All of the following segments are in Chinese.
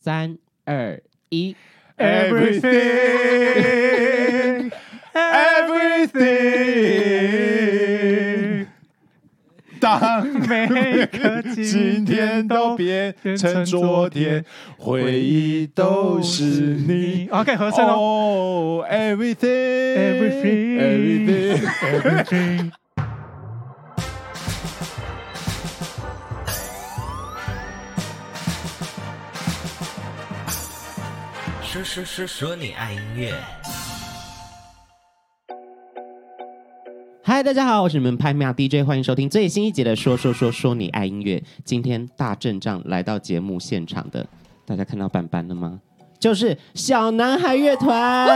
三二一， Everything, everything。当每个今天都变成昨天，回忆都是你。 OK，合声哦。哦，everything，everything，everything。 Everything 说说说说你爱音乐，嗨，大家好，我是你们拍妙 DJ，欢迎收听最新一集的《说说说说你爱音乐》。今天大阵仗来到节目现场的，大家看到板板了吗？就是小男孩乐团。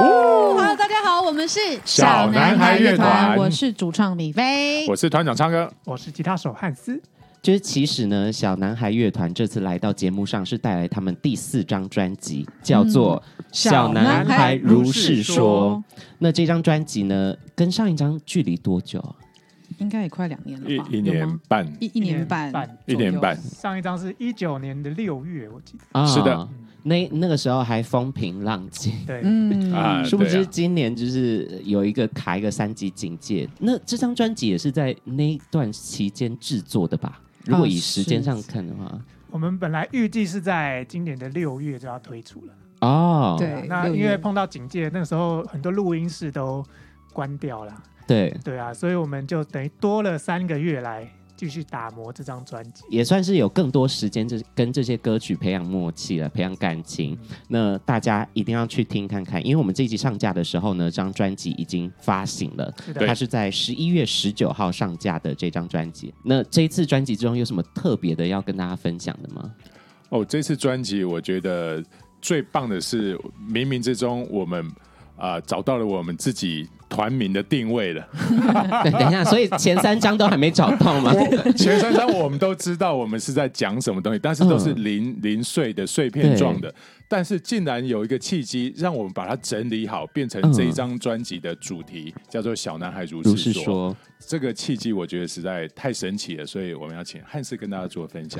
Hello，大家好，我们是小男孩乐团我是主唱米菲。我是团长唱歌，我是吉他手汉斯，就是其实呢，小男孩乐团这次来到节目上是带来他们第四张专辑，叫做《小嗯男孩如是说》。那这张专辑呢，跟上一张距离多久啊？应该也快两年了吧？一一有年吗半，一一年半一年半一年半左右上一张是一九年的六月，我记得。啊是的，那那个时候还风平浪静。对，嗯啊殊不对知今年就是有一个卡一个三级警戒，那这张专辑也是在那一段期间制作的吧？如果以时间上看的话，我们本来预计是在今年的六月就要推出了，哦，对那六因月为碰到警戒，那时候很多录音室都关掉了，对，对啊，所以我们就等于多了三个月来继续打磨这张专辑。也算是有更多时间，这跟这些歌曲培养默契了，培养感情。那大家一定要去听看看，因为我们这一集上架的时候呢，这张专辑已经发行了，是对的它，是在十一月十九号上架的这张专辑。那这一次专辑之中有什么特别的要跟大家分享的吗？哦，这次专辑我觉得最棒的是，冥冥之中我们啊、呃找到了我们自己团名的定位了。对，等一下，所以前三张都还没找到吗？前三张我们都知道我们是在讲什么东西，但是都嗯是零、零碎的碎片状的。但是竟然有一个契机，让我们把它整理好，变成这一张专辑的主题，叫做《小男孩如嗯如是是说》。说，这个契机我觉得实在太神奇了，所以我们要请汉斯跟大家做 分享。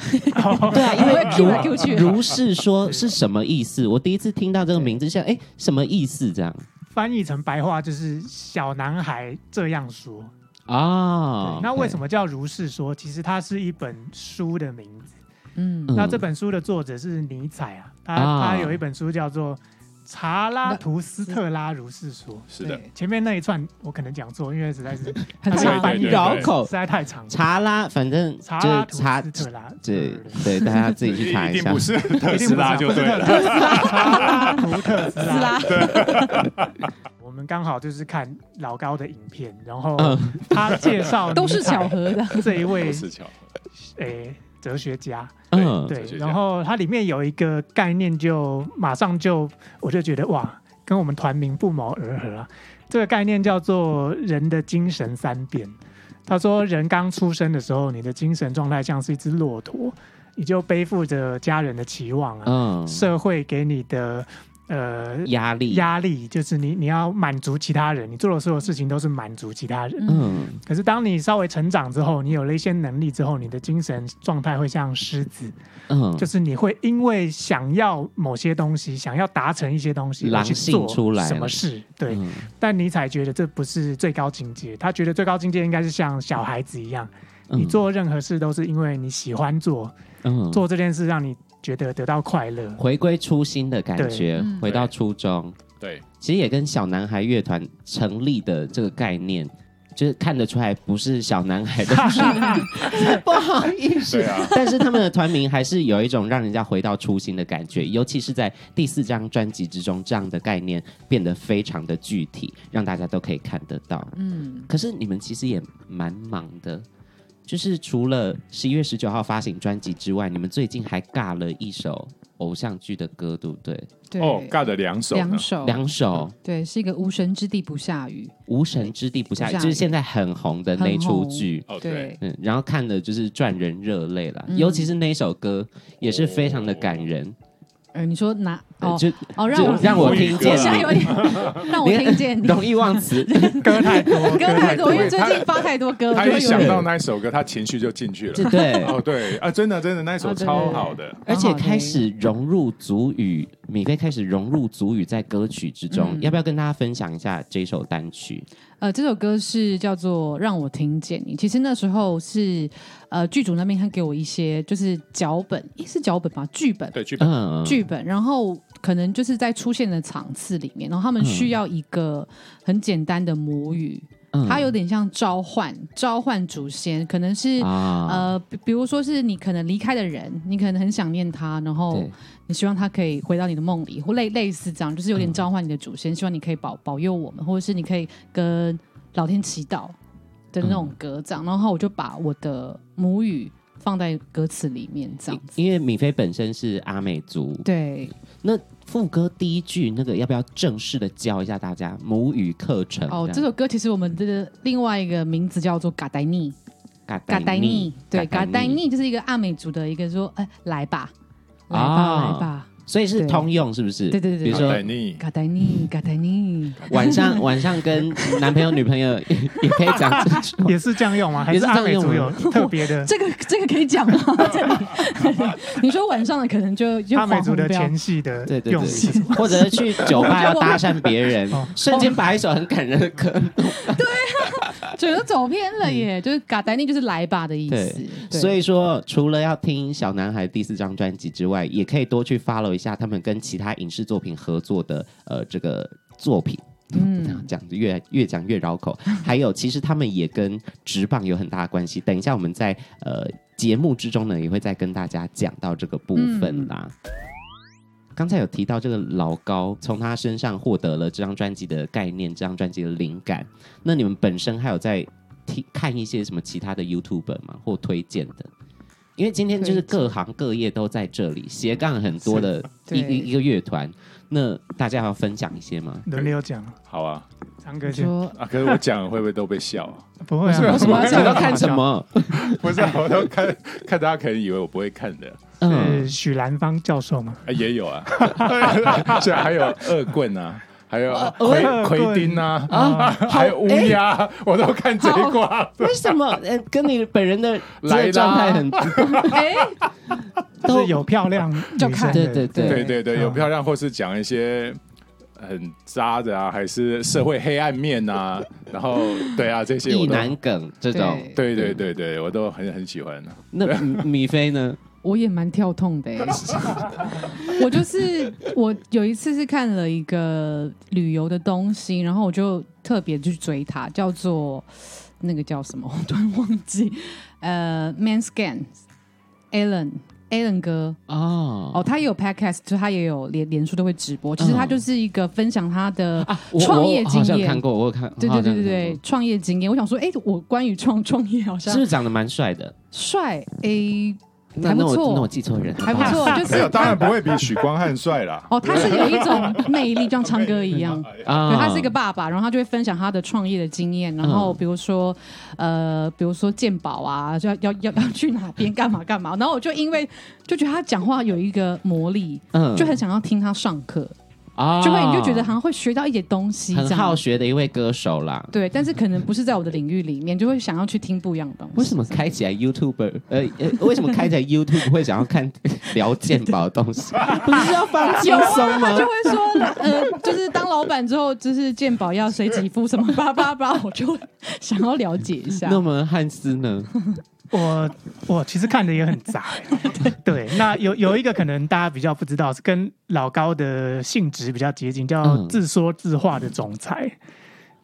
对啊，因我也 Q 来 Q 为去 如如是说是什么意思？我第一次听到这个名字，像哎、什么意思这样翻译成白话就是小男孩这样说。哦对，那为什么？么叫如是说？其实它是一本书的名字。嗯嗯那这本书的作者是尼采啊，他、啊他有一本书叫做《查拉图斯特拉如是说》。是的，对前面那一串我可能讲错，因为实在是很对长对翻对译对绕口实在太长哦了。查拉，反正查就拉是图查斯，特拉，对对对，大家自己去查一一定下不。是特斯拉就 对了。查拉图特斯是拉。啦，我们刚好就是看老高的影片，然后嗯他介绍 都是尼采巧合的。这一 位都是巧合，诶、哲学家，嗯，对哲学，家然后它里面有一个概念就，马上就我就觉得哇，跟我们团名不谋而合啊。这个概念叫做人的精神三变。他说，人刚出生的时候，你的精神状态像是一只骆驼，你就背负着家人的期望啊，嗯，社会给你的呃压力，压力，就是你你要满足其他人，你做的所有事情都是满足其他人。嗯，可是当你稍微成长之后，你有了一些能力之后，你的精神状态会像狮子，嗯，就是你会因为想要某些东西，想要达成一些东西，狼而去性做出来了什么事？对。嗯但尼采觉得这不是最高境界，他觉得最高境界应该是像小孩子一样，你，做任何事都是因为你喜欢做，嗯，哦做这件事让你觉得得到快乐。回归初心的感觉对嗯，回到初衷，对，其实也跟小男孩乐团成立的这个概念。就是看得出来不是小男孩 的事，嗯不好意思对啊，但是他们的团名还是有一种让人家回到初心的感觉，尤其是在第四张专辑之中，这样的概念变得非常的具体，让大家都可以看得到。嗯，可是你们其实也蛮忙的，就是除了十一月十九号发行专辑之外，你们最近还尬了一首偶像剧的歌，对不对？对，哦，尬的两首呢两。首，两首《对，是一个无神之地不下雨，无神之地不下雨》，不下雨就是现在很红的那出剧。哦，对，对，嗯，然后看的就是赚人热泪啦，嗯尤其是那一首歌也是非常的感人。呃，你说哪哦就 哦，让就我让我听见我现在有点 让我听见你容易忘词，歌太多，歌太多，因为最他近发太多歌，他我就有一想点到那一首歌，他情绪就进去这 了。对，哦，对啊，真的真的那一首哦对超好的，而且开始融入族语，米菲开始融入族语在歌曲之中，嗯要不要跟大家分享一下这首单曲？呃，这首歌是叫做《让我听见你》。其实那时候是呃剧组那边他给我一些就是脚本，诶是脚本吧，剧本，对，剧本嗯，剧本，然后可能就是在出现的场次里面，然后他们需要一个很简单的母语，嗯它有点像召唤，召唤祖先，可能是。啊，呃，比比如说是你可能离开的人，你可能很想念他，然后对，你希望他可以回到你的梦里，或类类似这样，就是有点召唤你的祖先，希望你可以保保佑我们，或者是你可以跟老天祈祷的那种歌这样。然后我就把我的母语放在歌词里面这样子。因为米菲本身是阿美族，对，那副歌第一句那个要不要正式的教一下大家母语课程？哦，这嗯样首歌其实我们的另外一个名字叫做《嘎呆尼》，嘎嘎呆尼，对，嘎嘎呆呆尼，尼就是一个阿美族的一个说，哎，来吧，来啊吧，来吧，所以是对通用是不是？对对对对比如说对你嘎呆尼，嘎呆尼，晚上 晚上跟男朋友女朋友 也可以讲这句 话也是这样用吗？还也是是这样阿美用族有吗 特别的？这个这个可以讲吗？ 这里你说晚上的可能就就阿美黄族红的标，前戏的对对用语是什对，么？或者是去酒吧要搭讪别 人哦，瞬间把一首很感人的歌这都走偏了耶，就是嘎呆尼就是来吧的意思嗯对，对所以说，除了要听小男孩第四张专辑之外，也可以多去 follow 一下他们跟其他影视作品合作的呃这个作品。嗯，讲得越越讲越绕口。还有，其实他们也跟直棒有很大的关系。等一下，我们在呃节目之中呢，也会再跟大家讲到这个部分嗯啦。刚才有提到这个老高，从他身上获得了这张专辑的概念，这张专辑的灵感。那你们本身还有在听看一些什么其他的 YouTuber 吗？或推荐的？因为今天就是推荐各行各业都在这里，斜杠很多的是一对一一个乐团，那大家还要分享一些吗？轮流讲，好啊张哥你先，说啊！可是我讲了会不会都被笑啊？不会啊，为为什什么么要要讲想到到看看什什么？ 不是啊，我都看 看大家可能以为我不会看的，嗯是，许兰芳教授嘛？啊也有 啊，这还有恶棍啊，还有哦恶奎棍奎丁啊，啊，还有乌哎鸦，我都看这一挂。为什么？呃，跟你本人的这来啦个状态 很哎，就是有 漂亮就女生看对的，对对对对对，嗯有漂亮或是讲一些很渣的啊，还是社会黑暗面啊，然后对啊这些意我都难梗这种对。对对对对，我都很很喜欢啊。那米米菲呢？我也蛮跳痛的、欸， 我就是我有一次是看了一个旅游的东西，然后我就特别去追它，叫做那个叫什么，我突然忘记，呃，Man Scan，Alan。Alan 哥哦，哦他也有 podcast，就他也有连连书都会直播。其实他嗯就是一个分享他的啊，我创业我好像经验看过，我有看，对我好对像对对对看创业经验。我想说，哎，我关于创创业好过，是不像嗯是长得蛮帅的？帅诶，那还不那我错那我记错人了，还不错，就没是有，当然不会比许光汉帅啦。哦，他是有一种 魅力，就像昌哥一样。啊嗯对，他是一个爸爸，然后他就会分享他的创业的经验，然后比如说，呃，比如说鉴宝啊，就要要要要去哪边干嘛干嘛，然后我就因为就觉得他讲话有一个魔力，嗯就很想要听他上课，啊就会你就觉得好像会学到一点东西这很好样。学的一位歌手啦。对，但是可能不是在我的领域里面，就会想要去听不一样的东西。为什么开起来 YouTube 呃呃，为什么开起来 YouTube 会想要看 聊鉴宝的东西？不是要放轻有啊，松他吗就？会说，呃，就是当老板之后，就是鉴宝要谁给付什么叭叭叭，我就会想要了解一下。哦那么汉斯呢？我我其实看的也很杂欸， 对。那有有一个可能大家比较不知道，是跟老高的性质比较接近，叫嗯自说自话的总裁。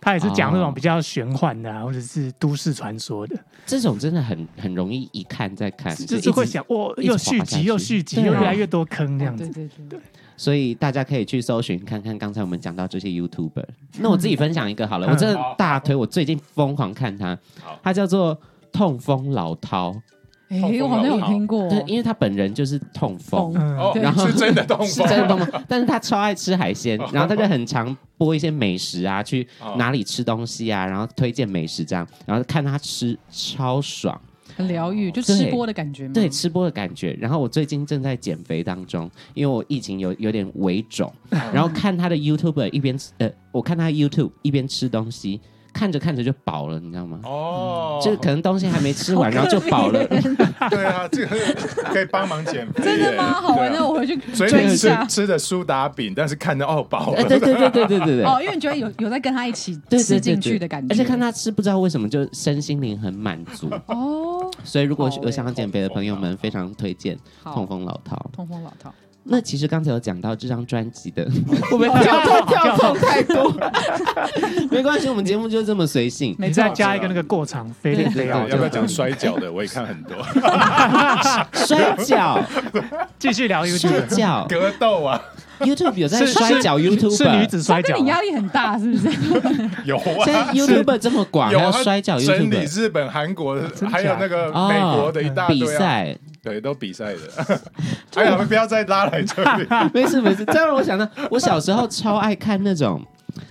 他也是讲那种比较玄幻的、啊，嗯或者是都市传说的， 这种真的很很容易一看再看，就是会一直想，哇，一直又续滑下去集又续集，对又啊哦越来越多坑这样对子。对对，所以大家可以去搜寻看看刚才我们讲到这些 YouTuber。那我自己分享一个好了，嗯我真的大推，我最近疯狂看他好，他叫做痛风老饕，哎、痛风我好像有老听过，对，因为他本人就是痛风。风嗯，哦，然后是真的痛是风真的痛风，但是他超爱吃海鲜，然后他就很常播一些美食啊，去哦哪里吃东西啊，然后推荐美食这样，然后看他吃超爽。很疗愈，就对吃播的感觉吗？对吃播的感觉。然后我最近正在减肥当中，因为我疫情有有点微肿，嗯然后看他的 YouTube 一边吃呃，我看他 YouTube 一边吃东西，看着看着就饱了，你知道吗？哦，就是可能东西还没吃 完，然后就饱了。 对啊，这个可以帮忙减肥耶，真的吗？好，对啊那我回去嘴追里一吃下。吃的苏打饼，但是看着哦饱 呃，了，对对对对对对对。 哦，因为你觉得有有在跟他一起对对吃对进对去的感觉，而且看他吃，不知道为什么就身心灵很满足。哦，所以如果好有欸想要减肥的朋友们，非常推荐《痛好，风老饕》。通风老套，那其实刚才有讲到这张专辑的，我们跳痛跳痛太多，没关系，我们节目就是这么随 性。你再加一个那个过场非得非要对对对要不要讲摔跤的？我也看很多摔跤，继续聊 YouTube，摔 跤 格斗啊， ，YouTube 有在是摔跤是女，YouTube。啊子摔跤啊那你压力很大是 不是？有现在啊， YouTube 这么广，有还有啊，摔跤整理 YouTube 哦日本、韩国的，真假还有那个美国的一大比堆啊，赛，对，都比 赛的。哎呀，不要再拉来这里，没事没事。这让我想到，我小时候超爱看那种，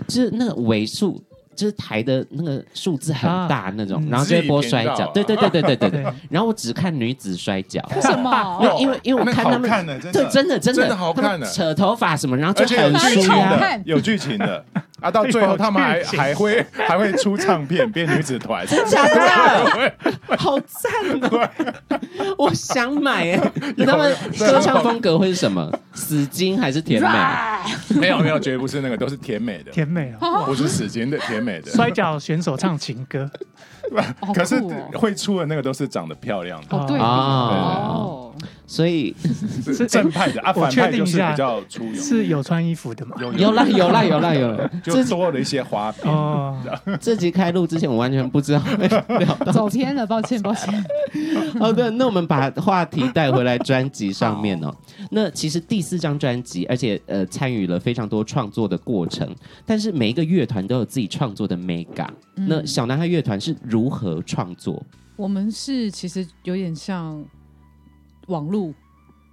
就是那个尾数，就是台的那个数字很大那种，嗯然后就会播摔跤。对自己对频对对对对对对。然后我只看女子摔跤，为什 么？因为因为我看他好们看的，真对，的，真的真的真的好看他们呢扯头发什么，然后而就且很有剧舒情好压。的看，有剧情的啊！到最 后他们还有剧情还会还会出唱片，变女子团，真假的啊会 好赞哦！ 我想买 哎，你知道吗有歌唱风格会是什么？死金还是甜 美？没有没有，绝对不是那个，都是甜美的，甜美哦。不是死金的甜美的。摔跤选手唱情歌，好酷可是哦会出的那个都是长得漂亮的，好对比哦哦，所以是正派的啊，我反确派定就一是比下，较粗勇，是有穿衣服的吗？有啦有啦有啦有啦， 就这多了一些花边。哦，这集开录之前我完全不知道会聊到。走偏了，抱歉抱歉。 哦，对，那我们把话题带回来专辑上面哦。那其实第四张专辑，而且呃参与了非常多创作的过程，但是每一个乐团都有自己创作的美感。嗯那小男孩乐团是如何创作？我们是其实有点像网路，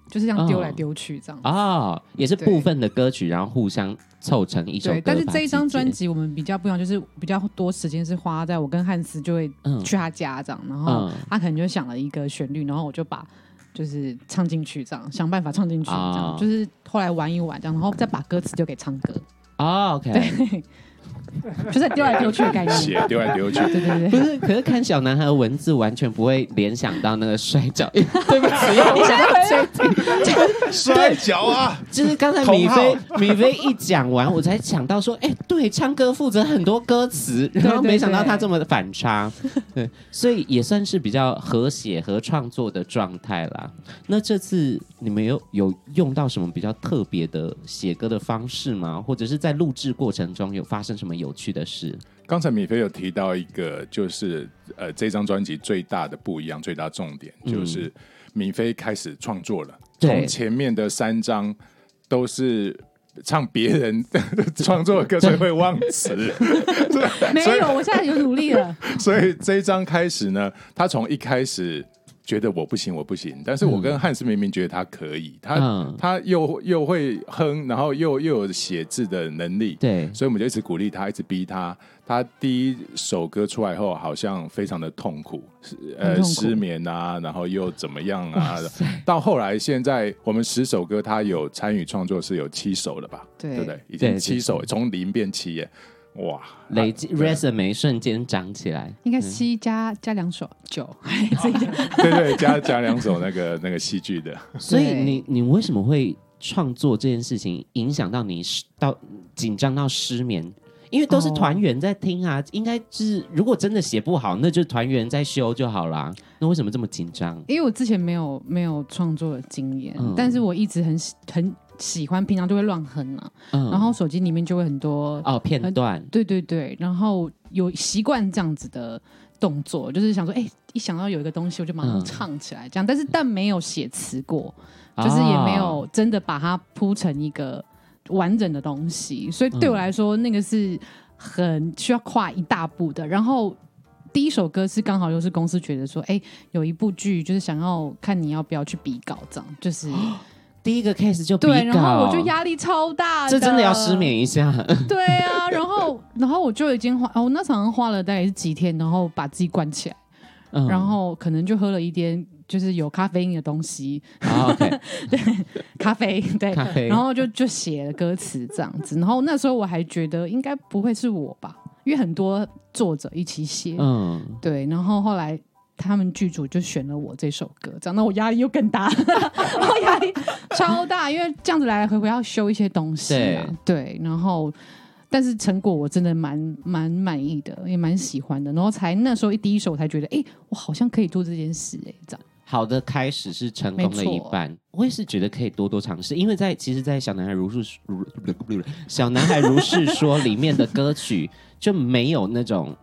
就是这样丢来丢去这样。哦，也是部分的歌曲，然后互相凑成一首歌对，。但是这一张专辑，辑我们比较不一样，就是比较多时间是花在我跟汉斯就会嗯去他家这样，然后嗯他可能就想了一个旋律，然后我就把就是唱进去这样，想办法唱进去这样，啊就是后来玩一玩这样，然后再把歌词丢给唱歌，哦，OK， 就是丢来丢去的概念。血丢来丢去，对对不对，是，可是看小男孩的文字完全不会联想到那个摔 跤，对不起，我想到这一摔跤啊，就是刚才米菲米菲一讲完，我才想到说，哎、对，唱歌负责很多歌词，然后对对没想到他这么的反差， 对，所以也算是比较和谐和创作的状态啦。那这次你们有有用到什么比较特别的写歌的方式吗？或者是在录制过程中有发生什么有趣的事？刚才米菲有提到一个，就是呃，这张专辑最大的不一样，最大重点就是米菲开始创作了，对从前面的三张都是。唱别人 创作的歌，所以会忘词。没所以有，我现在有努力了。所以这一张开始呢，他从一开始觉得我不行，我不行，但是我跟汉斯明明觉得他可以，他、嗯他又又会哼，然后又又有写字的能力，对，所以我们就一直鼓励他，一直逼他。他第一首歌出来后，好像非常的痛苦，是很呃，痛苦失眠啊，然后又怎么样啊？到后来，现在我们十首歌，他有参与创作是有七首了吧？对不对？已对经对七首，从零变七耶，哇！累积 resume 瞬间涨起来，应该七嗯加加两首九， 这个啊对对，加加两首那个那个戏剧的。所以你你为什么会创作这件事情影响到你失到紧张到失眠？因为都是哦团员在听啊，应该就是如果真的写不好，那就团员在修就好啦。那为什么这么紧张？因为我之前没有没有创作的经验，嗯但是我一直很喜很喜欢，平常就会乱哼啊，嗯然后手机里面就会很多，哦片段，对对对，然后有习惯这样子的动作，就是想说，哎、一想到有一个东西，我就马嗯上唱起来，这样，但是但没有写词过，呃就是也没有哦真的把它铺成一个完整的东西，所以对我来说，那个是很需要跨一大步的。然后第一首歌是刚好又是公司觉得说，哎、有一部剧就是想要看你要不要去比稿，这样就是哦第一个 case 就比稿 对，然后我就压力超大，这真的要失。眠一下。对 啊，然后然后我就已经花，哦我那场花了大概是几天，然后把自己关起来。嗯然后可能就喝了一点就是有咖啡因的东西，啊 OK 咖啡 对，咖啡，然后就就写了歌词这样子。然后那时候我还觉得应该不会是我吧，因为很多作者一起写，嗯，对。然后后来他们剧组就选了我这首歌，这样那我压力又更大， 我压力超大，因为这样子来来回回要修一些东西啊，对。然后但是成果我真的蛮蛮满意的，也蛮喜欢的。然后才那时候一第一首才觉得，哎、我好像可以做这件事、哎，这样好的开始是成功的一半，我也是觉得可以多多尝试，因为在其实，在小男孩如是如小男孩如是说里面的歌曲 就没有那种。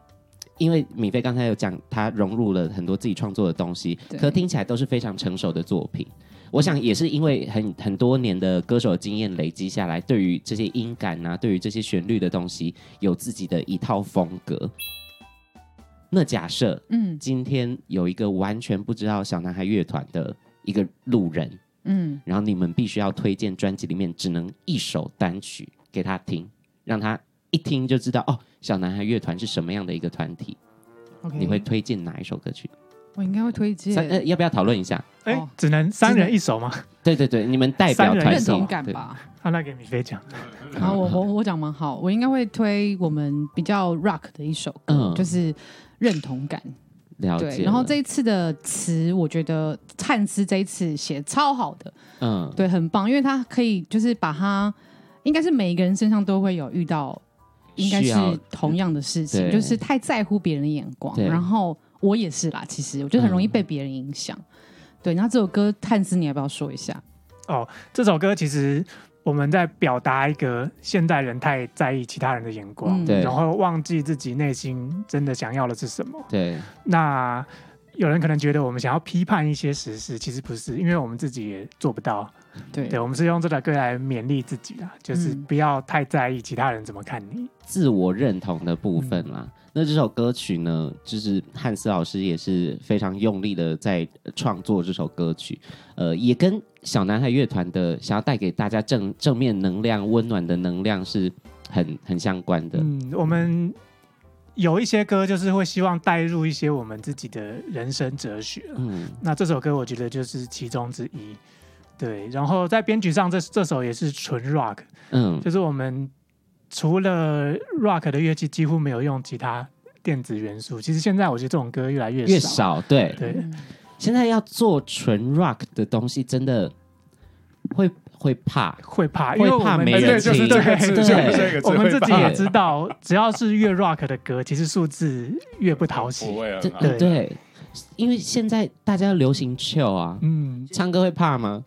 因为米菲刚才有讲，他融入了很多自己创作的东西，对可听起来都是非常成熟的作品。我想也是因为很很多年的歌手经验累积下来，对于这些音感啊，对于这些旋律的东西，有自己的一套风格。那假设嗯今天有一个完全不知道小男孩乐团的一个路人，嗯，然后你们必须要推荐专辑里面只能一首单曲给他听，让他一听就知道哦，小男孩乐团是什么样的一个团体。 OK 你会推荐哪一首歌曲？我应该会推荐三呃，要不要讨论一下？哎、哦只能三人一首吗？对对对，你们代表三人团认体同感？吧。啊，那给米菲讲。然后嗯我我我讲蛮好，我应该会推我们比较 rock 的一首歌，嗯就是认同感。对了解对，了。然后这一次的词，我觉得汉斯这一次写超好的，嗯，对，很棒，因为他可以就是把他，应该是每一个人身上都会有遇到，应该需是要同样的事情，对就是太在乎别人的眼光。对然后我也是啦，其实我觉得很容易被别人影响。嗯对，然后这首歌汉斯，你要不要说一下？这首歌其实我们在表达一个现代人太在意其他人的眼光，嗯对然后忘记自己内心真的想要的是什么。对那有人可能觉得我们想要批判一些时事，其实不是，因为我们自己也做不到。对对，我们是用这首歌来勉励自己啦，就是嗯不要太在意其他人怎么看你。自我认同的部分啦。那这首歌曲呢，就是汉斯老师也是非常用力的在创作这首歌曲，呃，也跟小男孩乐团的想要带给大家正正面能量、温暖的能量是很很相关的。嗯，我们有一些歌就是会希望带入一些我们自己的人生哲学啦，嗯，那这首歌我觉得就是其中之一。对，然后在编曲上这这首也是纯 rock，嗯，就是我们除了 rock 的乐器几乎没有用其他电子元素。其实现在我觉得这种歌越来越越少。少对，对，嗯现在要做纯 rock 的东西，真的会会怕。会怕，因会为我怕们没哎人对，就是这个字，对就是这个字， 我们自己怕也知道，只要是越 rock 的歌，其实数字越不讨喜嗯不。会啊这很好。对对，因为现在大家流行 chill 啊，嗯，唱歌会怕吗？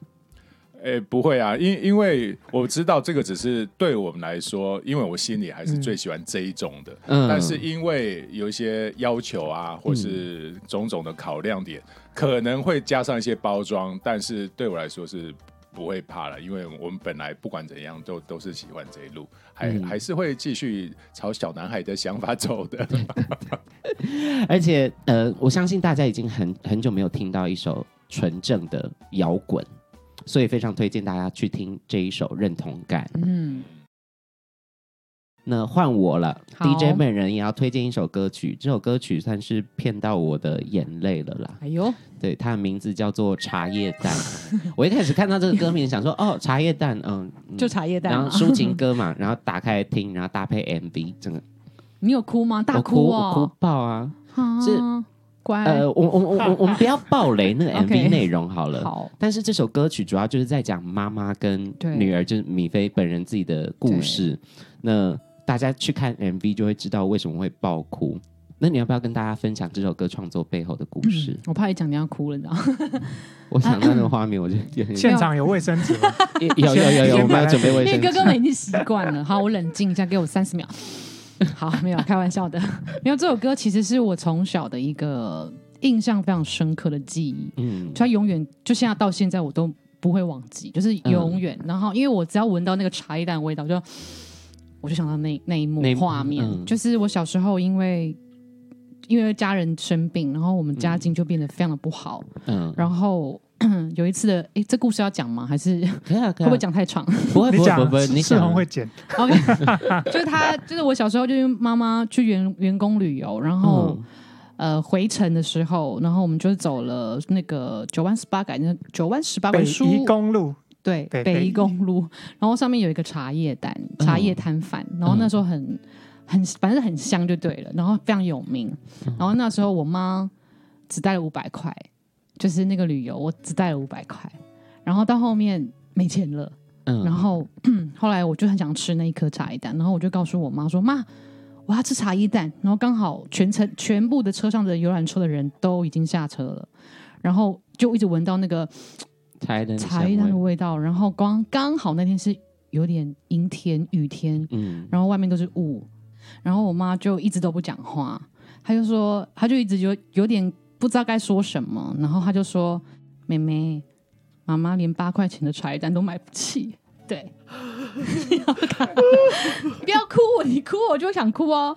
哎、不会啊，因因为我知道这个只是对我们来说，因为我心里还是最喜欢这一种的。嗯但是因为有一些要求啊，或是种种的考量点，可能会加上一些包装，但是对我来说是不会怕了，因为我们本来不管怎样都都是喜欢这一路，还、嗯还是会继续朝小男孩的想法走 的。而且呃，我相信大家已经很很久没有听到一首纯正的摇滚，所以非常推荐大家去听这一首《认同感》。嗯，那换我了好，DJ 本人也要推荐一首歌曲，这首歌曲算是骗到我的眼泪了啦。哎呦，对，它的名字叫做《茶叶蛋》。我一开始看到这个歌名，想说哦，茶叶蛋，嗯，嗯就茶叶蛋然嘛后。抒情歌嘛，然后打开来听，然后搭配 MV，整个你有哭吗？大我哭哦！我哭爆啊！啊是乖，呃，我我我我我们不要暴雷那个 OK MV 内容好了。好，但是这首歌曲主要就是在讲妈妈跟对女儿，就是米菲本人自己的故事。那大家去看 MV 就会知道为什么会爆哭。那你要不要跟大家分享这首歌创作背后的故事？嗯我怕你讲你要哭了，你知道吗？我想到那个画面，我就有 点现场有卫生纸吗？有有有有，我们要准备卫因为生哥纸。哥们已经习惯了。好，我冷静一下，给我三十秒。好，没有开玩笑的，没有这首歌其实是我从小的一个印象非常深刻的记忆，嗯，它永远就现在到现在我都不会忘记，就是嗯永远。然后因为我只要闻到那个茶叶蛋的味道，就我就想到那那一幕那一幕画面，嗯就是我小时候因为因为家人生病，然后我们家境就变得非常的不好，嗯，然后 有一次的，哎，这故事要讲吗？还是 可以啊，可以啊。会不会讲太 长 不会你不会讲不会，你世想红会剪，嗯？OK，就是他，就是我小时候就是妈妈去员员工旅游，然后、呃回程的时候，然后我们就走了那个九弯十八拐，那九弯十八拐北书宜公路，对北北北宜宜公路，然后上面有一个茶叶蛋，茶叶摊贩，然后那时候很、很反正很香就对了，然后非常有名，然后那时候我妈只带了五百块，就是那个旅游我只带了五百块，然后到后面没钱了。嗯，然后后来我就很想吃那一颗茶叶蛋，然后我就告诉我妈说：“妈，我要吃茶叶蛋。”然后刚好全程全部的车上的游览车的人都已经下车了，然后就一直闻到那个茶叶蛋的茶香叶蛋的味味道。然后刚刚好那天是有点阴天雨天，嗯，然后外面都是雾，然后我妈就一直都不讲话，她就说，她就一直有有点不知道该说什么，然后她就说：“妹妹，妈妈连八块钱的茶叶蛋都买不起。”对， 不要哭，你哭我就想哭哦。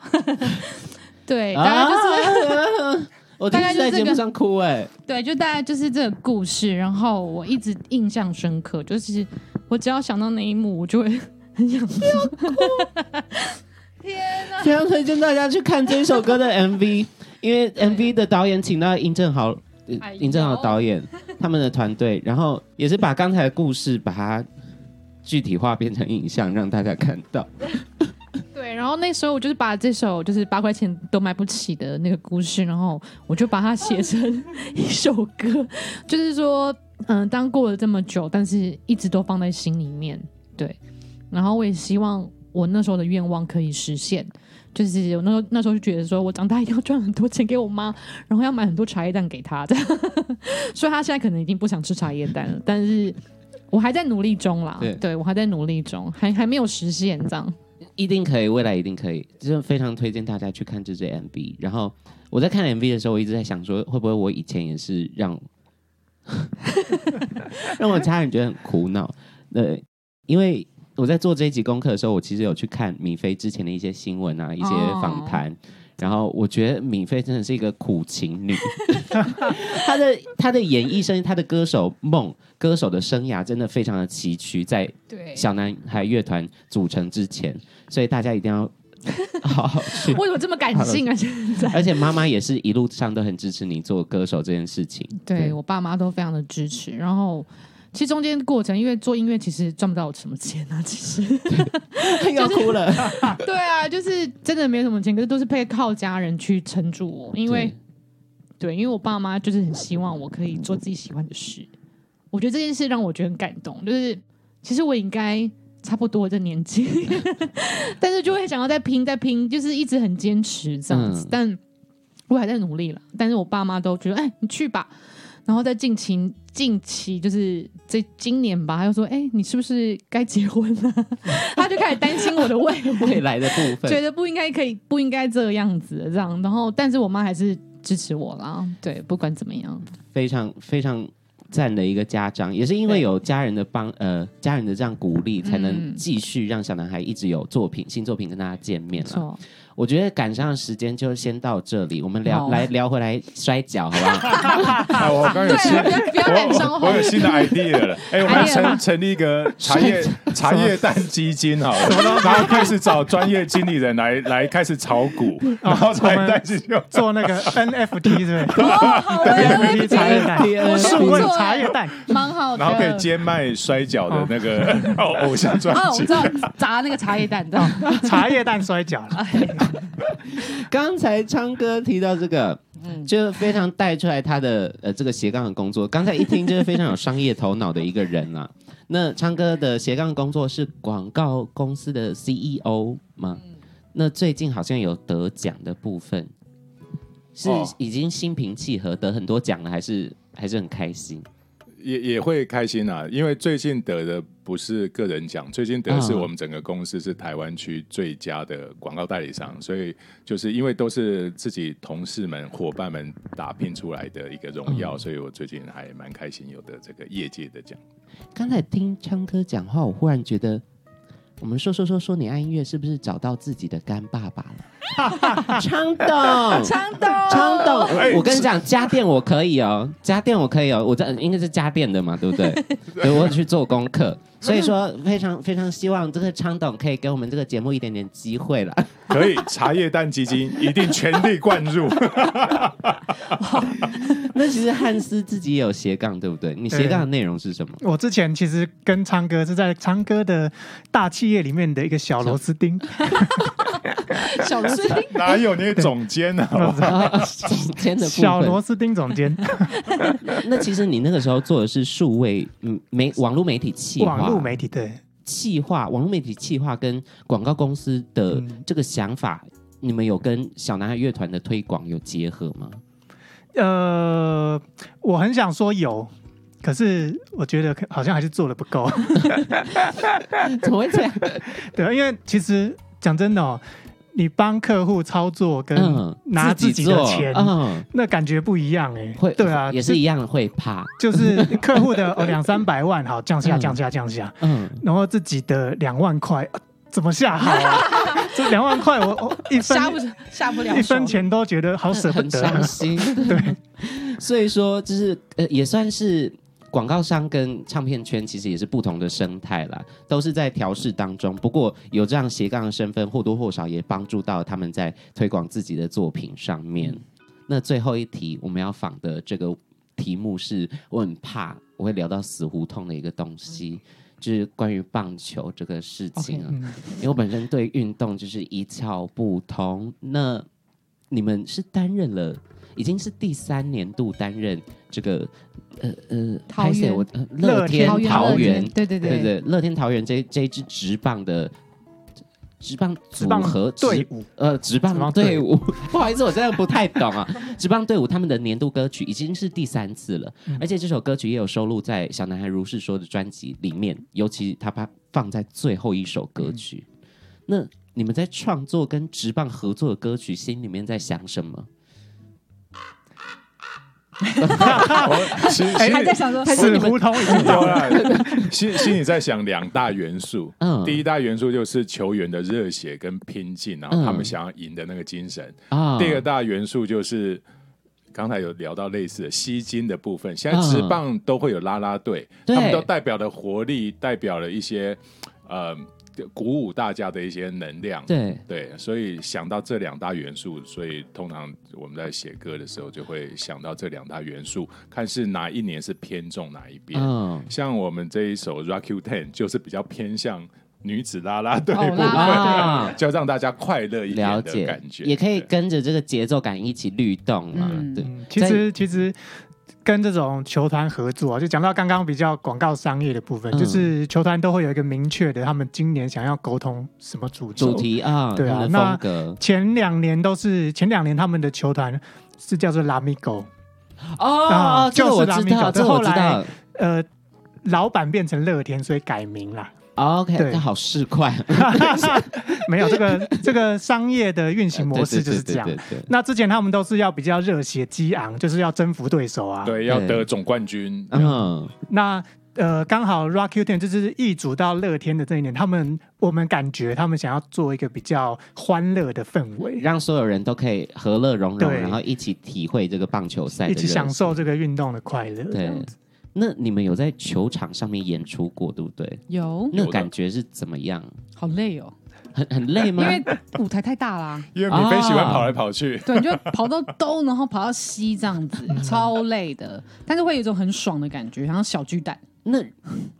对，哎大概就是、是。啊 我第一次在大概就是节这个目上哭哎、对，就大概就是这个故事。然后我一直印象深刻，就是我只要想到那一幕，我就会很想哭。 非常推荐大家去看这首歌的 MV，因为 MV 的导演请到殷正豪， 哎呃呦殷正豪导演他们的团队，然后也是把刚才的故事把它具体化变成影像，让大家看到。对，然后那时候我就是把这首就是八块钱都买不起的那个故事，然后我就把它写成一首歌，就是说，嗯，当过了这么久，但是一直都放在心里面，对。然后我也希望我那时候的愿望可以实现，就是我那时候那时候就觉得说我长大一定要赚很多钱给我妈，然后要买很多茶叶蛋给她，这样。 所以她现在可能已经不想吃茶叶蛋了，但是我还在努力中啦，对我还在努力中，还还没有实现这样。一定可以，未来一定可以，就是非常推荐大家去看这支 MV。然后我在看 MV 的时候，我一直在想说，会不会我以前也是让 让我家人觉得很苦恼？对，因为我在做这一集功课的时候，我其实有去看米菲之前的一些新闻啊，一些访谈。然后我觉得米菲真的是一个苦情女，她的她的演艺生涯、她的歌手梦、歌手的生涯真的非常的崎岖，在对小男孩乐团组成之前，所以大家一定 要好好去。为什么这么感性啊？现 在而且妈妈也是一路上都很支持你做歌手这件事情。对我爸妈都非常的支持，然后。其实中间过程，因为做音乐其实赚不到我什么钱啊，其实对， 要哭了。对啊，就是真的没什么钱，可是都是被靠家人去撑住我，因为对，因为我爸妈就是很希望我可以做自己喜欢的事。我觉得这件事让我觉得很感动，就是其实我应该差不多这年纪， 但是就会想要再拼再拼，就是一直很坚持这样子。嗯但我还在努力了，但是我爸妈都觉得，哎，你去吧。然后在近期近期就是这今年吧，他就说，哎，你是不是该结婚了？ 他就开始担心我的未对 未来，来的部觉分，得不应该可以不应该这样子这样。然后，但是我妈还是支持我啦，对，不管怎么样。非常非常赞的一个家长，也是因为对有家人的帮，呃，家人的这样鼓励，才能嗯继续让小男孩一直有作品、新作品跟大家见面没了。错，我觉得赶上的时间就先到这里，我们聊好来聊回来摔跤，好不好？哎我刚有新对，不要不要染我伤我害有。新的 idea 了，哎、我 idea 们吧成成立一个茶哎叶茶叶蛋基金好了，然后开始找专业经理人来来开始炒 股，哦然后茶叶蛋基金。做那个 NFT 是不是？哦 好的， NFT 茶叶蛋， NFT 数位茶叶蛋，蛮好的。然后可以兼卖摔跤的那个偶 偶像专哦，我辑知，道砸那个茶叶蛋，知道吗？茶叶蛋摔跤啊了。刚才昌哥提到这个，就非常带出来他的呃这个斜杠的工作。刚才一听就是非常有商业头脑的一个人啊。那昌哥的斜杠工作是广告公司的 CEO 吗？那最近好像有得奖的部分，是哦已经心平气和得很多奖了，还是还是很开心？也也会开心啊，因为最近得的不是个人奖，最近得的是嗯我们整个公司是台湾区最佳的广告代理商，所以就是因为都是自己同事们、伙伴们打拼出来的一个荣耀，所以我最近还蛮开心有的这个业界的奖。刚才听昌哥讲话，我忽然觉得，我们说说说说你爱音乐是不是找到自己的干爸爸了？昌哦董，昌董，昌董哎，我跟你讲，家电我可以哦，家电我可以哦，我在应该是家电的嘛，对不对？对，我有去做功课，所以说非常非常希望这个昌董可以给我们这个节目一点点机会了。可以，茶叶蛋基金一定全力灌 入。 那其实汉斯自己也有斜杠，对不对？你斜杠的内容是什么？我之前其实跟昌哥是在昌哥的大企业里面的一个小螺 丝钉，小螺丝钉，哪有你总监呢、 啊？啊天的部分小螺丝钉 总监，那其实你那个时候做的是数位嗯媒网络媒体企划，网络媒体对。企划网络媒体企划跟广告公司的嗯这个想法，你们有跟小男孩乐团的推广有结合吗？ 呃，我很想说有，可是我觉得可好像还是做的不够。 怎么会这样？对，因为其实讲真的哦，你帮客户操作跟拿嗯自自己的做钱，嗯，那感觉不一样哎、会对啊，也是一样会怕，就就是客户的哦两三百万，好降下嗯降下降下，嗯，然后自己的两万块、啊怎么下好 啊？这两万块我我一分下不下不了一手分钱都觉得好舍不很得。啊伤 心。对，所以说就是呃，也算是广告商跟唱片圈其实也是不同的生态啦，都是在调试当中。不过有这样斜杠的身份，或多或少也帮助到他们在推广自己的作品上嗯面。那最后一题我们要访的这个题目是，我很怕我会聊到死胡同的一个东西。就是关于棒球这个事情啊 OK 嗯，因为我本身对运动就是一窍不通。那你们是担任了，已经是第三年度担任这个呃呃，桃拍园摄我呃乐乐天天桃乐园园，，对对对对，乐天桃园这这一支直棒的直棒直组棒合队伍呃，职职棒棒队队伍， 不好意思，我真的不太懂啊。职棒队伍他们的年度歌曲已经是第三次了，嗯而且这首歌曲也有收录在《小男孩如是说》的专辑里面，尤其他把放在最后一首歌嗯曲。那你们在创作跟职棒合作的歌曲，心里面在想什 么？我心心对，哎还里在想说，死胡同已 经有啦，心心里在想两大元素。嗯第一大元素就是球员的热血跟拼劲，然后他们想要赢的那个精神。啊第二个大元素就是刚才有聊到类似的吸金的部分，现在职棒都会有啦啦队，嗯对他们都代表了活力，代表了一些呃鼓舞大家的一些能量。对，对，所以想到这两大元素，所以通常我们在写歌的时候就会想到这两大元素，看是哪一年是偏重哪一边。嗯，像我们这一首《Rock You Ten》就是比较偏向女子啦啦队哦部分，啦啦队就让大家快乐一了点的解感，觉，也可以对跟着这个节奏感一起律动啊。嗯对，嗯，其实其实跟这种球团合作、啊，就讲到刚刚比较广告商业的部分，嗯就是球团都会有一个明确的，他们今年想要沟通什么主轴主。题啊，对啊他们的那风格前两年都是前两年他们的球团是叫做拉米狗，哦啊，这个我就是知 Lamigo，道，这个后我知来道。呃，老板变成乐天，所以改名啦。哦 OK，对这好市 侩，没有这个这个商业的运行模式就是这样啊对。对对对对那之前他们都是要比较热血激昂，就是要征服对手啊。对要对得总冠军。嗯，那呃，刚好 Rock U Ten 就是易主到乐天的这一年，他们我们感觉他们想要做一个比较欢乐的氛围，让所有人都可以和乐融融，对然后一起体会这个棒球赛，一起享。受这个运动的快乐。这对样子，那你们有在球场上面演出过，对不对？有那感觉是怎么样？好累哦，很很累因吗？为舞台太大啦。因为米菲喜欢跑来跑啊去，对，你就跑到东，然后跑到西这样子，嗯超累的，但是会有一种很爽的感觉，然后小巨蛋。那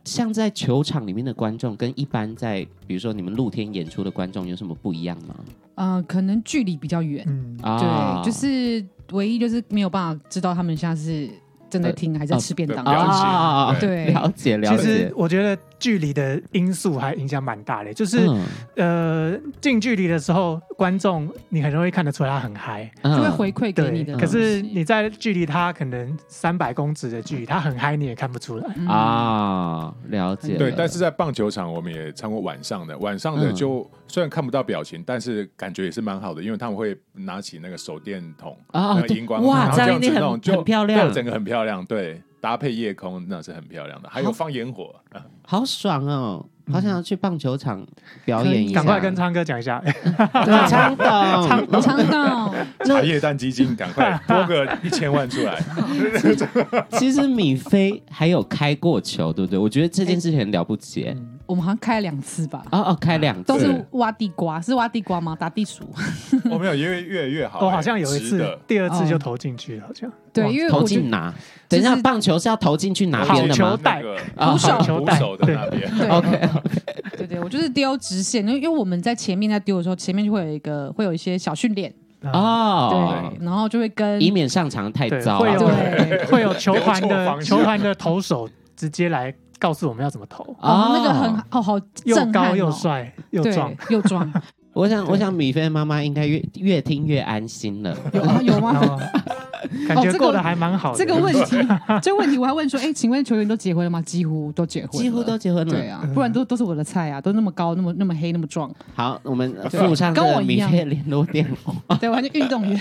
像在球场里面的观众跟一般在比如说你们露天演出的观众有什么不一样吗？呃，可能距离比较远，嗯，啊，对，就是唯一就是没有办法知道他们现在是正呃在听还是在吃便当。呃了解啊，对了解了其实解。我觉得距离的因素还影响蛮大的，就是、嗯呃，近距离的时候，观众你很容易看得出他很嗨。嗯就会回馈给你对的，可是你在距离他可能三百公尺的距离，他很嗨你也看不出来。嗯，啊，了解了。对，但是在棒球场我们也唱过晚上的，晚上的嗯就、虽然看不到表情，但是感觉也是蛮好的，因为他们会拿起那个手电筒啊那对个呃荧光哇然后这样样一子定很弄就很漂亮对整个很漂亮，对，搭配夜空那是很漂亮的，还有放烟火，好爽哦！嗯好想要去棒球场表演一下。赶快跟昌哥讲一下，对昌董，长啊到茶叶蛋 基金，赶快拨个一千万出来。其实米菲还有开过球，对不对？我觉得这件事情很了不起、嗯欸。我们好像开了两次吧，哦哦，开两次都是挖地瓜，是挖地瓜吗？打地鼠。 我没有，因为越来越好。哦哎我好像有一值次得，第二次就投进去了，好像哦对，因为投我觉进得哪？等一下，就是棒球是要投进去哪边的好吗球？那带个啊捕手好球捕带，手的对那边。对 OK 对对，我就是丢直线，因为因为我们在前面在丢的时候，前面就会有一个会有一些小训练，啊，哦，对，然后就会跟以免上场太对，糟会有 了。对会有球团留错的方向球团的投手直接来告诉我们要怎么投，哦那个很啊哦好又震撼高哦又帅又对壮，又壮，我想，我想米菲的妈妈应该越越听越安心了。有 啊有吗然？后感哦这觉个过得还蛮好的。这个问题， 这个问题我还问说，哎，请问球员都结婚了吗？几乎都结婚了，几乎都结婚对了。啊，嗯不然都都是我的菜啊，都那么高，那么那么黑，那 么壮，好，我们啊附上这跟个我一米样菲的联络电话。对，完全运动员，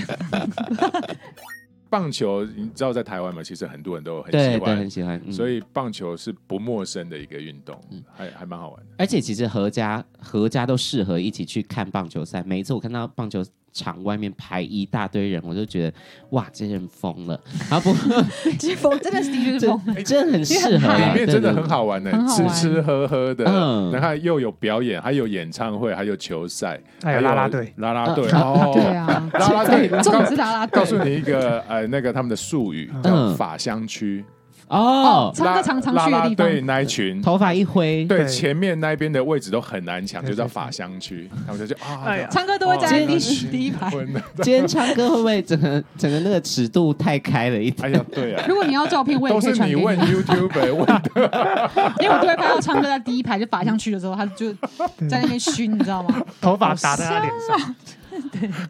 棒球，你知道在台湾嘛？其实很多人 都很对喜对，欢很，喜欢。嗯所以棒球是不陌生的一个运动，还还蛮好玩的。而且其实合家合家都适合一起去看棒球赛。每一次我看到棒球场外面排一大堆人，我就觉得哇，这些人疯 了。啊不，这疯真的是的确是这疯了，真的很适合啦，里面真的对很。好玩的、很好吃玩吃喝喝的，嗯然后又有表演，还有演唱会，还有球赛，还有拉拉队，拉拉队啊哦，对啊，拉拉队，重点是告拉拉队告。诉你一个呃，那个他们的术语叫嗯法香区，对哦哦，唱歌常常拉去的拉地方队那一群，头发一挥， 对对前面那边的位置都很难抢，对就对叫对法香区，他们就就啊，哎呀唱歌都会站在第哦一第一排。昏了今天唱歌会不会整个整个那个尺度太开了一点？哎呀，对 啊如。果你要照片，我也都可以是传你给你，问 YouTube 问的，因为我都会拍到唱歌在第一排就拔上去的时候，他就在那边熏，你知道吗？ 头发打在他脸上，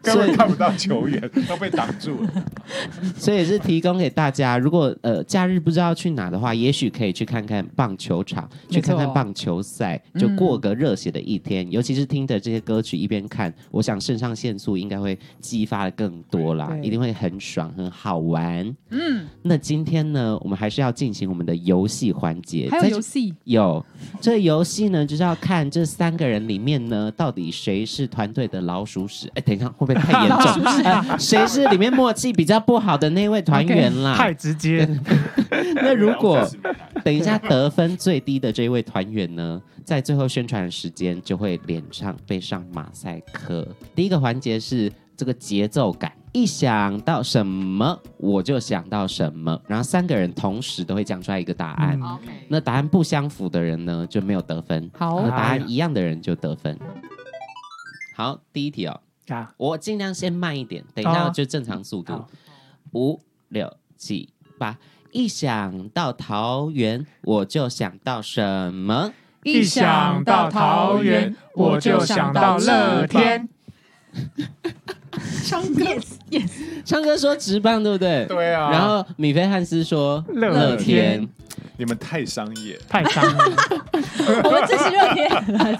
根本看不到球员，都被挡住了。 所以是提供给大家，如果呃假日不知道去哪的话，也许可以去看看棒球场，没错去看看棒球赛，就过个热血的一天。尤其是听着这些歌曲一边看，我想肾上腺素应该会激发的更多啦对，一定会很爽，很好玩。嗯，那今天呢，我们还是要进行我们的游戏环节，还在有游戏，有这个游戏呢，就是要看这三个人里面呢，到底谁是团队的老鼠屎。哎，等一下，会不会太严 重？呃谁是里面默契比较不好的那位团员啊啦太直接，那如果等一下得分最低的这位团员呢，在最后宣传时间就会脸上背上马赛克。第一个环节是这个节奏感，一想到什么我就想到什么，然后三个人同时都会讲出来一个答案。嗯 OK 那答案不相符的人呢，就没有得分。好那答案一样的人就得分。好，第一题哦，啊，我尽量先慢一点，等一下好啊就正常速度好。五六七八，一想到桃园，我就想到什么？一想到桃园我就想到乐 天。唱歌 yes yes，昌哥说直棒，对不对？ 对啊，然后米菲汉斯说乐天，你们太商业太伤了，我们支持乐天，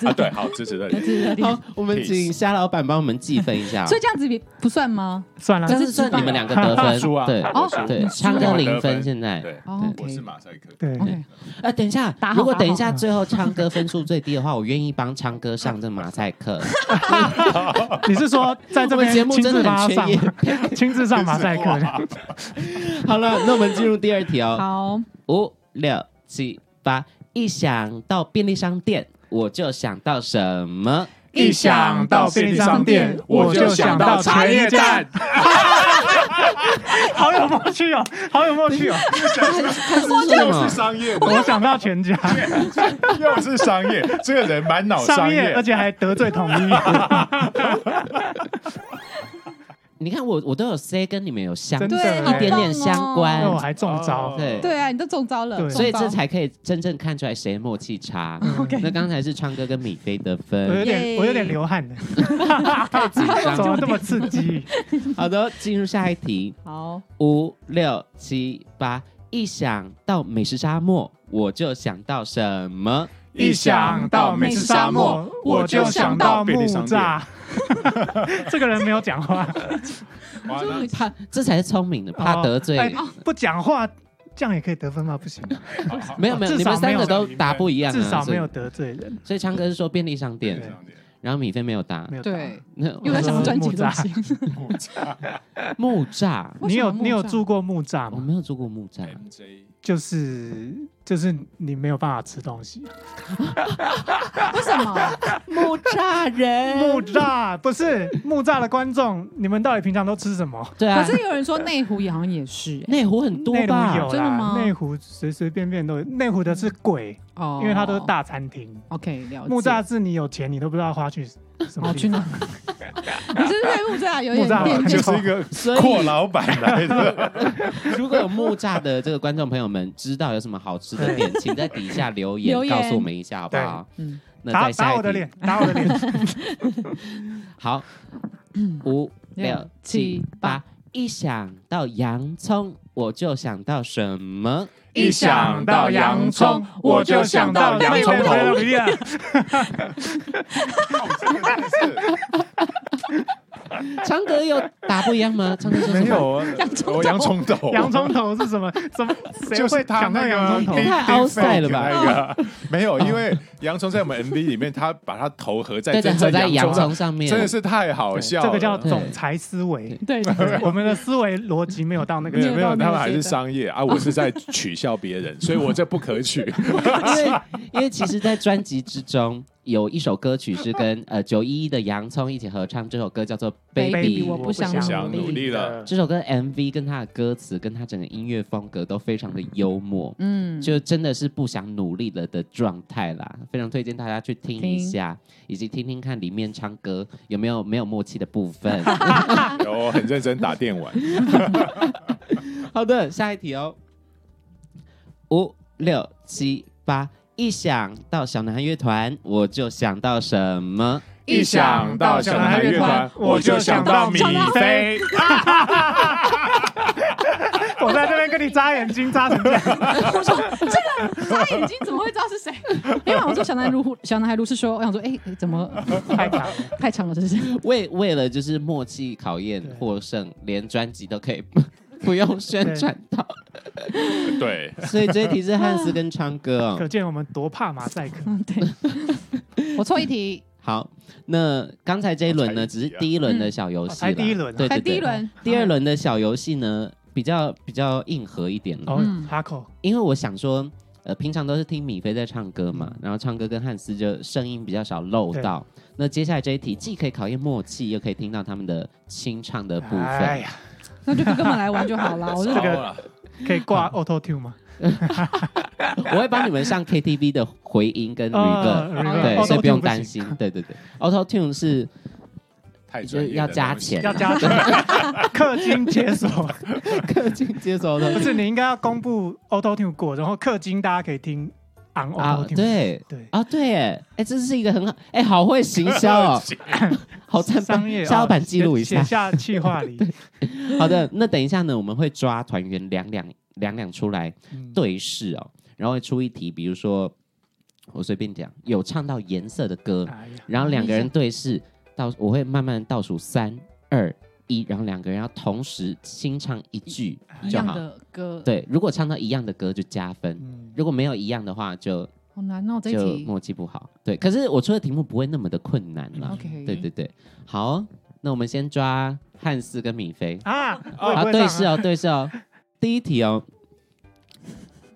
啊！对，好支持的支持乐天好。，我们请夏老板帮我们计分一下。 所以这样子也不算吗？算了但，是这是算直棒你们两个得分，输啊对哦对，你昌输哥啊零得分分现在。对，哦我是，OK 马赛克。对， OK，啊，等一下打，好如果打好等一下最后昌哥分数最低的话，我愿意帮昌哥上这马赛克。 你是说在这我们边节目亲真自的帮他很缺业上，亲自上 马赛克？好了，那我们进入第二题哦。好，五六七八，一想到便利商店，我就想到什么？ 一想到便利商店，我就想到茶叶蛋。 好有默契哦，好有默契 哦！我又是商业， 我想到全家，又是商业，这个人满脑商业业，，而且还得罪统 一。你看我我都有 C 跟你们有相真的对，一好棒哦一点点相关那，我还中哦，招对对啊，你都中招了，对中招所以这才可以真正看出来谁默契差。 嗯那刚才是昌哥跟米菲得我有分。 点，耶我有点流 汗呢。怎么这么刺 激？好的，进入下一题。好。五六七八，一想到美食沙漠，我就想到什么？一想到美食沙漠，我就想到便利商店。。 这个人没有讲话，哇终于哦怕，这才是聪明的，怕得罪。哎不讲话这样也可以得分吗？不行吗，没有没有，至你少们三个都答不一样、啊，至少没有所得罪人。以。所以强哥是说便利商哎店，对然后米菲没有答没。有答案对，那因为我在想专 辑木的东栅西。木栅， 为你什么有木你有栅住过木栅我吗？没有住过木栅， MJ 就是就是你没有办法吃东西。 为什么？木栅嗯人木栅不是木栅的观众，你们到底平常都吃什么？对可啊，是有人说内湖也好像也是欸内湖很多内湖吧？有真的啦吗，内湖随随便便都有。内湖的是鬼，哦，因为它都是。大餐厅。 OK，了解。木栅是你有钱你都不知道花去什么哦，去地哪？方。你是对木栅有木栅好点偏看就见就是是一一个所以阔老板来的，如果有木栅的这个观众朋友们知道有什么好吃的店，请在底下留言 留言告诉我们一下，好不好？嗯，那打再下打一我的题脸，打我 的脸。好，五六六七七八八，一想到洋葱，我就想到什么？一想到洋葱我就想到洋葱头贝利亚 昌哥有打不一样吗？昌哥说什么没，有啊，我洋葱头，洋葱头是什么？什么？谁就会是他想那到个洋葱头？太 outside 了吧吧？没有，因为洋葱在我们 MV 里面，他把他头合在对的，真合正在洋洋葱葱上面，上，真的是太好笑了。这个叫对总裁思维。对，对对对 我们的思维逻辑没有到那个没程有度。没有，他们还那是个商业啊！我是在取笑别人，所以我这不可取。 因为因为其实，在专辑之中有一首歌曲是跟呃九一一的洋葱一起合唱，这首歌叫做《Baby Baby，》。我我不不想想努力了这首歌 MV 跟他的歌词跟他整个音乐风格都非常的幽默，嗯，就真的是不想努力了的状态啦。非常推荐大家去听一下，以及听听看里面唱歌有没有没有默契的部 分。然后很认真打电玩，好的，下一题哦。五六七八，一想到小男孩乐团，我就想到什么？一想到小男孩乐团，我就想到米菲。我在这边跟你眨眼睛，眨成这样。我说这个他眼睛怎么会知道是谁？因为我说小男孩如小男孩如是说，我想说，哎、诶怎么太长了，太长了，这是为为了就是默契考验对获胜，连专辑都可以 不用宣传到，对，所以这一题是汉斯跟昌哥 可哦。见我们多怕马赛克。嗯，对，我错一题，好，那刚才这一轮呢，才只是一题啊第一轮的小游戏啦，才第一轮啊对才对第对。一轮，第二轮的小游戏呢，比较比较硬核一点了，哦嗯，哈口因为我想说，呃，平常都是听米菲在唱歌嘛，然后唱歌跟汉斯就声音比较少漏到。那接下来这一题既可以考验默契，又可以听到他们的清唱的部哎分。呀，那就跟我们来玩就好了。我就这个好啊啦可以挂 Auto Tune 吗？我会帮你们上 KTV 的回音跟一余哦个。对， Auto-tune 所以嗯不用担心。对对对，Auto Tune 是太就专是业的要加东西钱，要加钱，氪金解 锁。 氪金接受不的是，你应该要公布 Auto Tune 过，然后氪金大家可以听 On 啊 Auto，Tune。对对，啊对耶，哎，这是一个很好，哎，好会行销 哦，好赞，商业啊下老板记录一写下写。下企划里。好的，那等一下呢，我们会抓团员两两两两出来嗯，对视哦，然后会出一题，比如说我随便讲，有唱到颜色的歌，哎呀，然后两个哦人对视，倒我会慢慢倒数三二一，然后两个人要同时清唱一句一就样好。的歌，，对，如果唱到一样的歌就加分，嗯，如果没有一样的话就好难哦，这一就题。默契不好。对，可是我出的题目不会那么的困难啦。嗯 OK，对对，对，好哦、那我们先抓汉斯跟米菲。啊，我也不好，会对唱视哦，对视哦。第一题哦，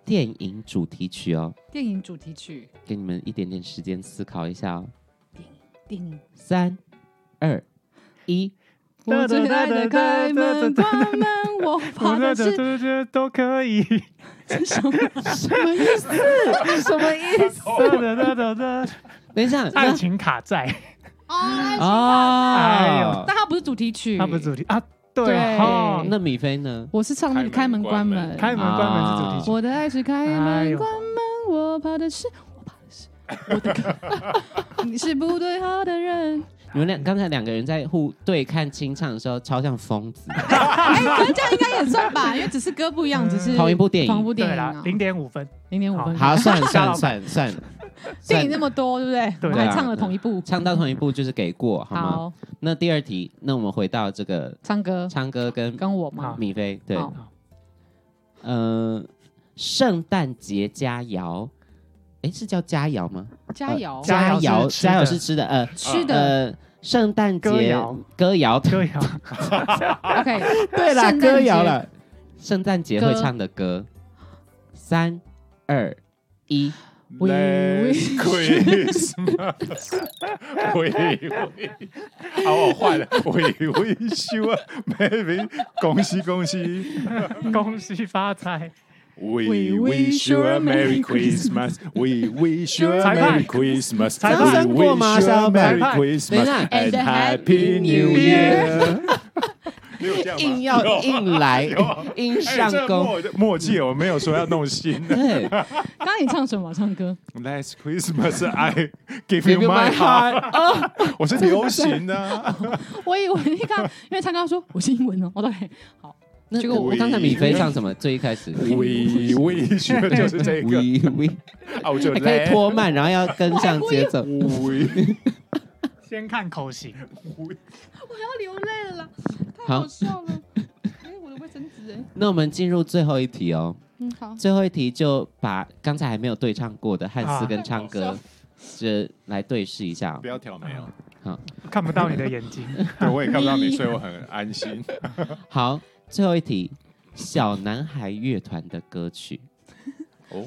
电影主题曲哦，电影主题曲，给你们一点点时间思考一下哦。电影。三、二、一，我最爱的开门关门，我我怕那的这是这这都可以。什么？什么意思？什么意思？哒哒哒哒哒，等一下，爱那情卡债，哦，啊哎呦哦，但它不是主题曲，它不是主题啊，对对哦，那米菲呢？我是唱那个开门关门，开门关门是主题曲，我的爱是开哎门关门，我怕的是，我怕的是我的 歌，你是不对好的人。你们两刚才两个人在互对看清唱的时候，超像疯子。哎，可是这样应该也 算吧，因为只是歌不一样，只是嗯同一部电影同一部电对影啦啊，，零点五分，零点五分。好，算了算 了吓算了算了，电算影那了么多，对不对？对我对们啊还唱了同一部。唱到同一部就是给过，好吗？好，那第二题，那我们回到这个唱歌唱歌跟跟我嘛好，米菲对，好嗯，圣诞节佳肴，哎，是叫佳肴吗？佳肴佳肴，肴是吃的佳肴是吃的，呃吃的呃，圣诞节歌谣歌谣，歌谣，OK， 对啦，圣诞歌谣节了，圣诞节会歌唱的歌，三二一， We- Last Christmas，喂喂，好，我换了，喂喂修啊，baby，恭喜恭喜恭喜啊发财， ，We wish you a Merry Christmas，We wish you a 裁判 Merry Christmas，裁掌判声过吗 We wish you 小 a 美 Merry 等一 Christmas 下 and And Happy Happy New New Year，你 有这样硬吗？要硬来有， 硬哎上这弓，默默契，我没有说要弄新的。 对。刚刚你唱什么？唱歌？ Last Christmas, I give Give you you my my heart。 heart 啊！我是流行的啊，我以为你刚，因为唱歌说我是英文哦，我对，好， 那结这果个我我刚才米菲唱什么？最一开 始 We wish 就是这个 We We，啊，我就哎还可以拖慢，然后要跟上节奏。 We 先看口型，我要流泪了啦，太好好笑了，哎，我的卫生纸哎，那我们进入最后一题哦，嗯好，最后一题就把刚才还没有对唱过的汉斯跟昌啊哥这来对视一下哦不。要挑眉哦，看不到你的眼睛，对我也看不到你，所以我很安心。好，最后一题，小男孩乐团的歌曲，哦，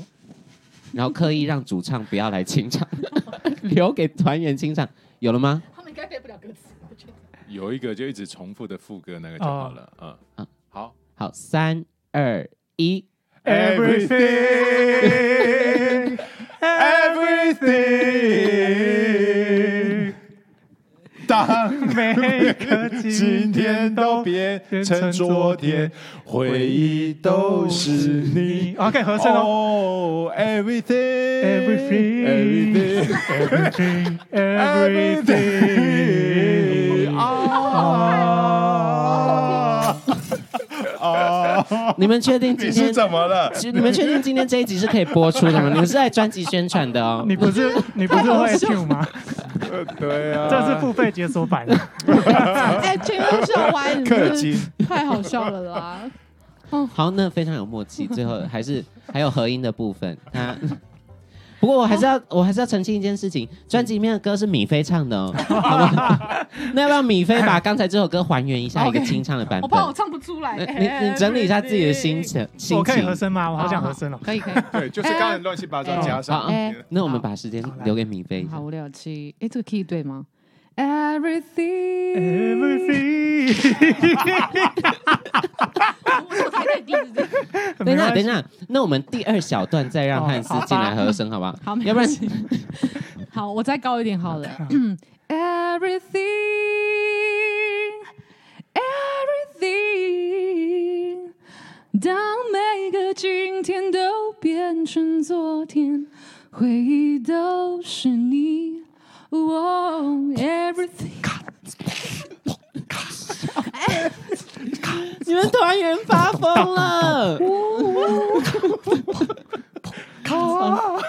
然后刻意让主唱不要来清唱， 留给团员清唱，有了吗？他们应该背不了歌词，我觉得。有一个就一直重复的副歌那个就好了，嗯嗯好好，三二一。 ，Everything Everything，当 每个今今天天都都变成昨天，回忆都是你。 OK 合声哦。哦 Everything, ，everything，everything，everything， everything, everything. 啊啊！你们确定今你是天怎么了？其实你们确定今天这一集是可以播出的吗？你们是在专辑宣传的哦你。不是你不是会 Q 吗？呃对啊，这是付费解锁版的。哎，全部都笑歪， 你氪们金真是太好笑了啦！好，那非常有默契。最后 还是还有合音的部分。那 不过我还是要我还是要澄清一件事情，专辑里面的歌是米菲唱的哦，好吧？那要不要米菲把刚才这首歌还原一下一个 OK 清唱的版我本怕我？唱不出来那，你你整理一下自己的心情心我可以合情。声吗？我好想合声哦。可 以可以。对，就是刚才乱七八糟加好，上啊哎那我们把时间留给米菲。好无聊期，哎，这个 key 对吗？Everything， Everything，我怎么还在一直这样等一下，没关系等一下，那我们第二小段再让汉斯进来和声，好不好？好，没要不然关系 好，我再高一点好了。Everything, everything，当每个今天都变成昨天，回忆都是你。哦 everything，你们团员发疯了。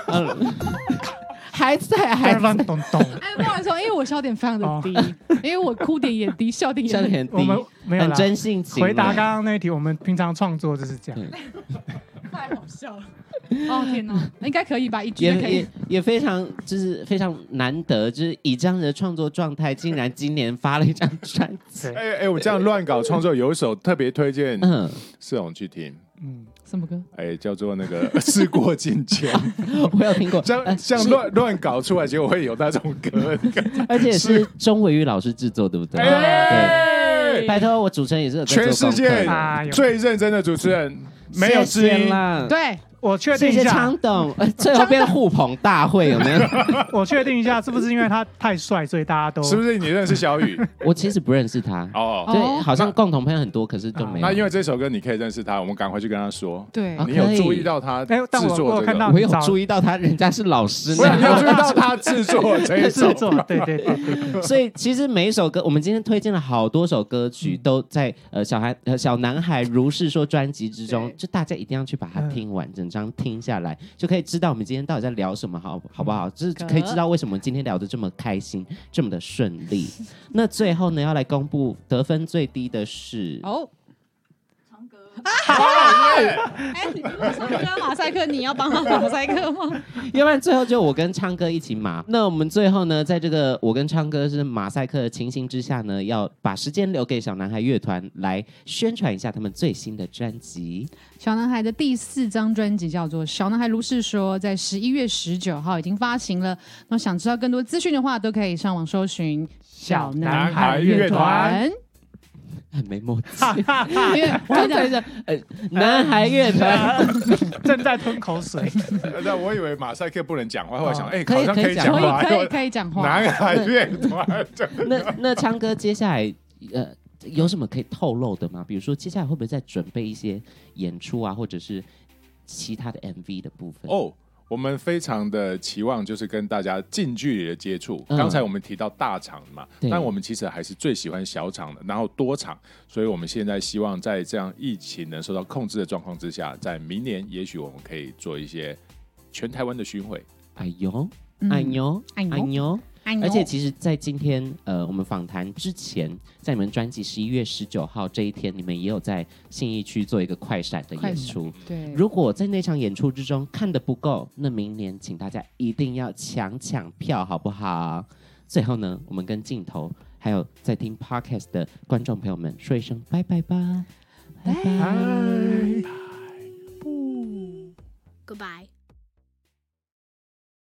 嗯， 还在还在，哦咚咚。哎，不好意思，因为我笑点非常的低，因为我哭点也低，笑点也真的很我们低，没有啦很真性情。 回答刚，刚那一题，我们平常创作就是这样。太好笑了。哦天哪，应该可以吧？一句也就可以也。也非常就是非常难得，就是以这样的创作状态，竟然今年发了一张专辑。对，哎哎，我这样乱搞创作，有一首特别推荐嗯，世勇去听，嗯，什么歌？哎，叫做那个事过境迁，我有听过，这样呃这样是乱乱搞出来，结果会有那种歌。而且是钟伟宇老师制作，对不对？对，哎，拜托我主持人也是有在做全世功课的界哎呦，最认真的主持人没有之谢谢一。啦。对，我确定谢一谢下昌， 董，呃最后变互捧大会有没有？我确定一下，是不是因为他太帅，所以大家都是不是你认识小雨？我其实不认识他，哦，对，好像共同朋友很多，可是都没有那。因为这首歌你可以认识他，我们赶快去跟他说。对啊你有可以注意到他哎制但我我作有这看到啊个？我有注意到他，人家是老师不是，你有注意呢，到他制作这 一首制？作？对对对对，所以其实每一首歌，我们今天推荐了好多首歌曲，都在呃小孩呃小男孩如是说专辑之中对，就大家一定要去把它听完，整张听下来，就可以知道我们今天到底在聊什么，好好不好？就是可以知道为什么今天聊得这么开心，这么的顺利。那最后呢，要来公布得分最低的是哦，哎，你不是说你要马赛克，你要帮他马赛克吗？要不然最后就我跟昌哥一起马。那我们最后呢，在这个我跟昌哥是马赛克的情形之下呢，要把时间留给小男孩乐团来宣传一下他们最新的专辑。 小男孩的第四张专辑叫做《小男孩如是说》，在十一月十九号已经发行了。那想知道更多资讯的话，都可以上网搜寻小男孩乐团。很没默 契，因为我跟你讲，呃男孩乐团正在吞口水，那我以为马赛克不能讲话，后来想，哦哎，可好以像可以以讲 讲话，可以可以可以讲话 男孩乐团，那那昌哥接下来呃有什么可以透露的吗？比如说接下来会不会再准备一些演出啊，或者是其他的 MV 的部分？ 哦。我们非常的期望就是跟大家近距离的接触。嗯刚才我们提到大场嘛，对但我们其实还是最喜欢小场的，然后多场。所以我们现在希望在这样疫情能受到控制的状况之下，在明年也许我们可以做一些全台湾的巡回。哎呦，嗯哎呦，哎呦哎呦！哎呦而且其实，在今天呃，我们访谈之前，在你们专辑十一月十九号这一天，你们也有在信义区做一个快闪的演出。对，如果在那场演出之中看的不够，那明年请大家一定要抢抢票，好不好？最后呢，我们跟镜头还有在听 podcast 的观众朋友们说一声拜拜哎吧，拜拜。 Goodbye.